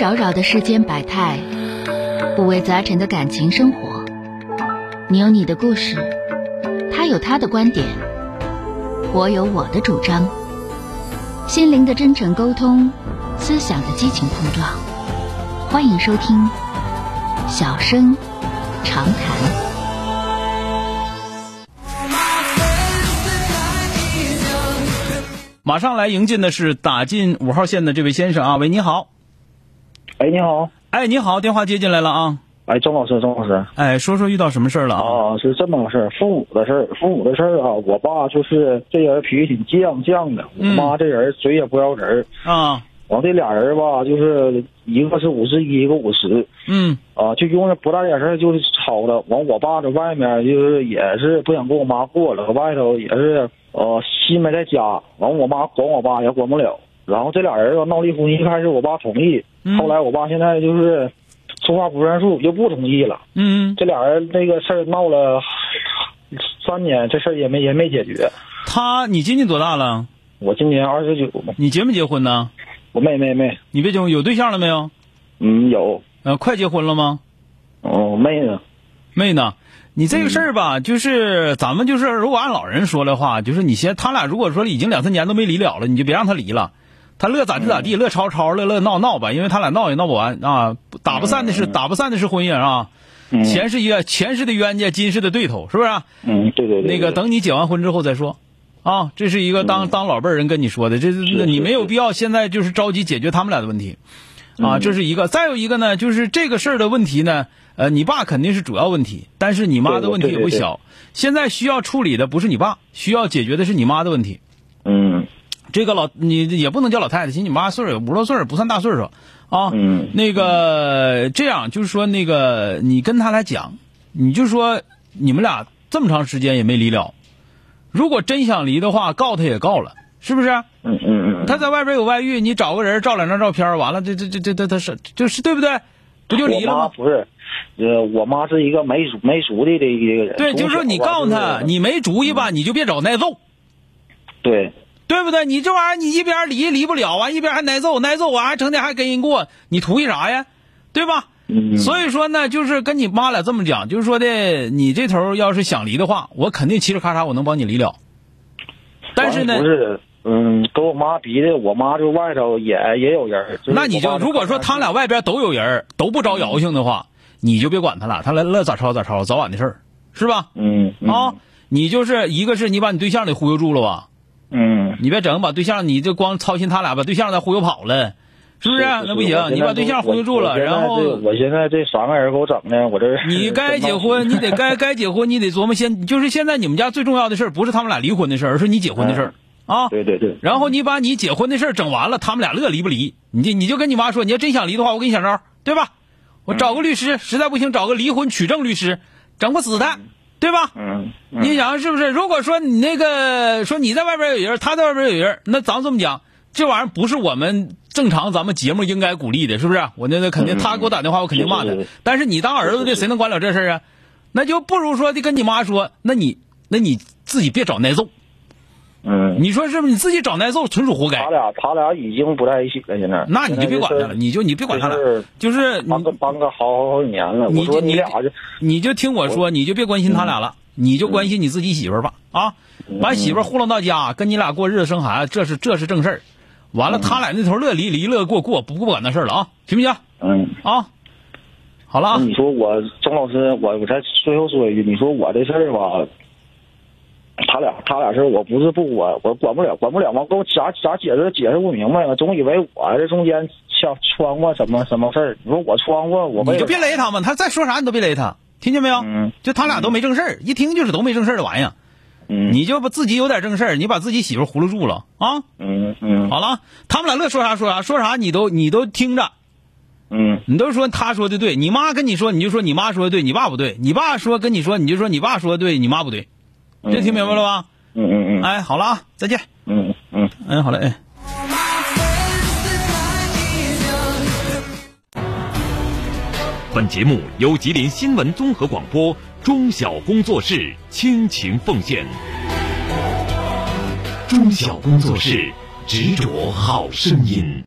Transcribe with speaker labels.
Speaker 1: 扰扰的世间百态，五味杂陈的感情生活。你有你的故事，他有他的观点，我有我的主张。心灵的真诚沟通，思想的激情碰撞。欢迎收听《小声长谈》。
Speaker 2: 马上来迎进的是打进五号线的这位先生啊，喂，你好，
Speaker 3: 哎，你好，
Speaker 2: 哎，你好，电话接进来了啊，
Speaker 3: 哎，钟老师，钟老师，
Speaker 2: 哎，说说遇到什么事儿了啊？
Speaker 3: 啊，是这么个事儿，父母的事儿，父母的事儿啊，我爸就是这人脾气挺犟犟的，我
Speaker 2: 嗯
Speaker 3: 妈这人嘴也不饶人儿，
Speaker 2: 啊，
Speaker 3: 完这俩人吧，就是一个是五十一，一个五十，
Speaker 2: 嗯
Speaker 3: 啊，就因为不大点事儿就是吵了，完我爸在外面就是也是不想跟我妈过了，搁外头也是呃心没在家，完我妈管我爸也管不了，然后这俩人要闹离婚，一开始我爸同意，
Speaker 2: 嗯
Speaker 3: 后来我爸现在就是说话不算数，又不同意了。
Speaker 2: 嗯，
Speaker 3: 这俩人那个事儿闹了三年，这事儿也没也没解决。
Speaker 2: 他你今年多大了？
Speaker 3: 我今年二十九，
Speaker 2: 你结没结婚呢？
Speaker 3: 我妹妹妹，
Speaker 2: 你别结婚，有对象了没有？
Speaker 3: 嗯，有，
Speaker 2: 呃，快结婚了吗？
Speaker 3: 哦，妹呢？
Speaker 2: 妹呢？你这个事儿吧，就是咱们就是，如果按老人说的话，就是你先，他俩如果说已经两三年都没离了了，你就别让他离了，他乐咋地咋地，乐吵吵，乐乐闹闹吧，因为他俩闹也闹不完啊，打不散的是打不散的是婚姻啊，
Speaker 3: 嗯
Speaker 2: 前世冤前世的冤家，今世的对头，是不是啊？
Speaker 3: 嗯，对对对，
Speaker 2: 那个
Speaker 3: 对嗯
Speaker 2: 等你结完婚之后再说，啊，这是一个当当老辈儿人跟你说的，这是
Speaker 3: 是
Speaker 2: 你没有
Speaker 3: 是嗯
Speaker 2: 必要现在就是着急解决他们俩的问题，啊，这是一个，再有一个呢，就是这个事儿的问题呢，呃，你爸肯定是主要问题，但是你妈
Speaker 3: 对
Speaker 2: 的
Speaker 3: 我
Speaker 2: 问题也
Speaker 3: 对对
Speaker 2: 不
Speaker 3: 对
Speaker 2: 小，现在需要处理的不是你爸，需要解决的是你妈的问题，
Speaker 3: 嗯
Speaker 2: 这个老你也不能叫老太太，其实你妈岁数也五六岁儿不算大岁数啊。
Speaker 3: 嗯
Speaker 2: 那个这样就是说，那个你跟他来讲，你就说你们俩这么长时间也没离了，如果真想离的话，告他也告了，是不是？
Speaker 3: 嗯嗯嗯，
Speaker 2: 他在外边有外遇，你找个人照两张照片，完了这这这这这他是就是对不对？不就离了
Speaker 3: 我妈
Speaker 2: 吗？
Speaker 3: 不是，呃，我妈是一个没主没主的这一个人。
Speaker 2: 对，就是说嗯你告诉他，你没主意吧，你就别找耐揍。
Speaker 3: 对
Speaker 2: 对不对？你这玩意儿，你一边离离不了啊，一边还挨揍，挨揍啊完、还整天还跟人过，你图一啥呀？对吧？
Speaker 3: 嗯
Speaker 2: 所以说呢，就是跟你妈俩这么讲，就是说的，你这头要是想离的话，我肯定嘁哩咔嚓，我能帮你离了。但是呢
Speaker 3: 不，是，嗯，跟我妈比的，我妈就外头也也有人儿。
Speaker 2: 那你就如果说他俩外边都有人儿，都不招摇性的话，你就别管他俩，他俩乐咋吵咋吵，早晚的事儿，是吧？
Speaker 3: 嗯
Speaker 2: 啊，你就是一个是你把你对象给忽悠住了吧，
Speaker 3: 嗯
Speaker 2: 你别整把对象，你就光操心他俩，把对象再忽悠跑了，是不是？那不
Speaker 3: 我现
Speaker 2: 行，
Speaker 3: 在
Speaker 2: 你把对象忽悠住
Speaker 3: 我
Speaker 2: 了，
Speaker 3: 我现在
Speaker 2: 然
Speaker 3: 这
Speaker 2: 后
Speaker 3: 我现在这三个人给我整的，我这
Speaker 2: 你该结婚，你得该该结婚，你得琢磨先，就是现在你们家最重要的事儿不是他们俩离婚的事儿，而是你结婚的事儿啊。
Speaker 3: 对对对，
Speaker 2: 然后你把你结婚的事儿整完了，他们俩乐离不离？你就你就跟你妈说，你要真想离的话，我给你想招儿，对吧？我找个律师，实在不行找个离婚取证律师，整不死他，对吧？
Speaker 3: 嗯嗯
Speaker 2: 你想是不是？如果说你那个说你在外边有人，他在外边有人，那咱这么讲，这玩意儿不是我们正常咱们节目应该鼓励的，是不是？我那那肯定他给我打电话，我肯定骂他
Speaker 3: 是是是。
Speaker 2: 但是你当儿子
Speaker 3: 是
Speaker 2: 的，
Speaker 3: 是
Speaker 2: 谁能管了这事儿啊？那就不如说的跟你妈说，那你那你自己别找耐揍，
Speaker 3: 嗯，
Speaker 2: 你说是不是？你自己找耐揍纯属活
Speaker 3: 他
Speaker 2: 该。
Speaker 3: 俩他俩已经不在一起了，现在
Speaker 2: 那你就别管他了，
Speaker 3: 现在
Speaker 2: 你就你别管他
Speaker 3: 这事
Speaker 2: 了
Speaker 3: 儿，
Speaker 2: 就是你
Speaker 3: 搬个搬个好好几年了，
Speaker 2: 你
Speaker 3: 我说
Speaker 2: 你
Speaker 3: 俩就
Speaker 2: 你就听我说，你就别关心他俩
Speaker 3: 嗯
Speaker 2: 了，你就关心你自己媳妇儿吧。啊，把媳妇儿糊弄到家，跟你俩过日子生孩子，这是这是正事儿。完
Speaker 3: 嗯
Speaker 2: 了，他俩那头乐离离乐过过，不不管那事儿了啊，行不行？
Speaker 3: 嗯。
Speaker 2: 啊，好了
Speaker 3: 那
Speaker 2: 啊，
Speaker 3: 你说我钟老师，我我再最后说一句，你说我这事儿吧，他俩他俩事儿我不是不管，我管不了，管不了，完给我咋咋解释解释不明白了，总以为我这中间像穿过什么什么事儿，你说我穿过，我没
Speaker 2: 你
Speaker 3: 有
Speaker 2: 就别勒他们，他再说啥你都别勒他，听见没有？
Speaker 3: 嗯
Speaker 2: 就他俩都没正事儿，一听就是都没正事儿的玩意儿。
Speaker 3: 嗯
Speaker 2: 你就把自己有点正事儿，你把自己媳妇儿葫芦住了啊。
Speaker 3: 嗯嗯
Speaker 2: 好了啊，他们俩乐说啥说啥，说啥你都你都听着。
Speaker 3: 嗯
Speaker 2: 你都说他说的对，你妈跟你说你就说你妈说的对，你爸不对；你爸说跟你说你就说你爸说的对，你妈不对。这听明白了吧？
Speaker 3: 嗯嗯嗯
Speaker 2: 哎，好了啊，再见。
Speaker 3: 嗯嗯，
Speaker 2: 哎，好嘞，哎。
Speaker 4: 本节目由吉林新闻综合广播中小工作室倾情奉献。中小工作室执着好声音。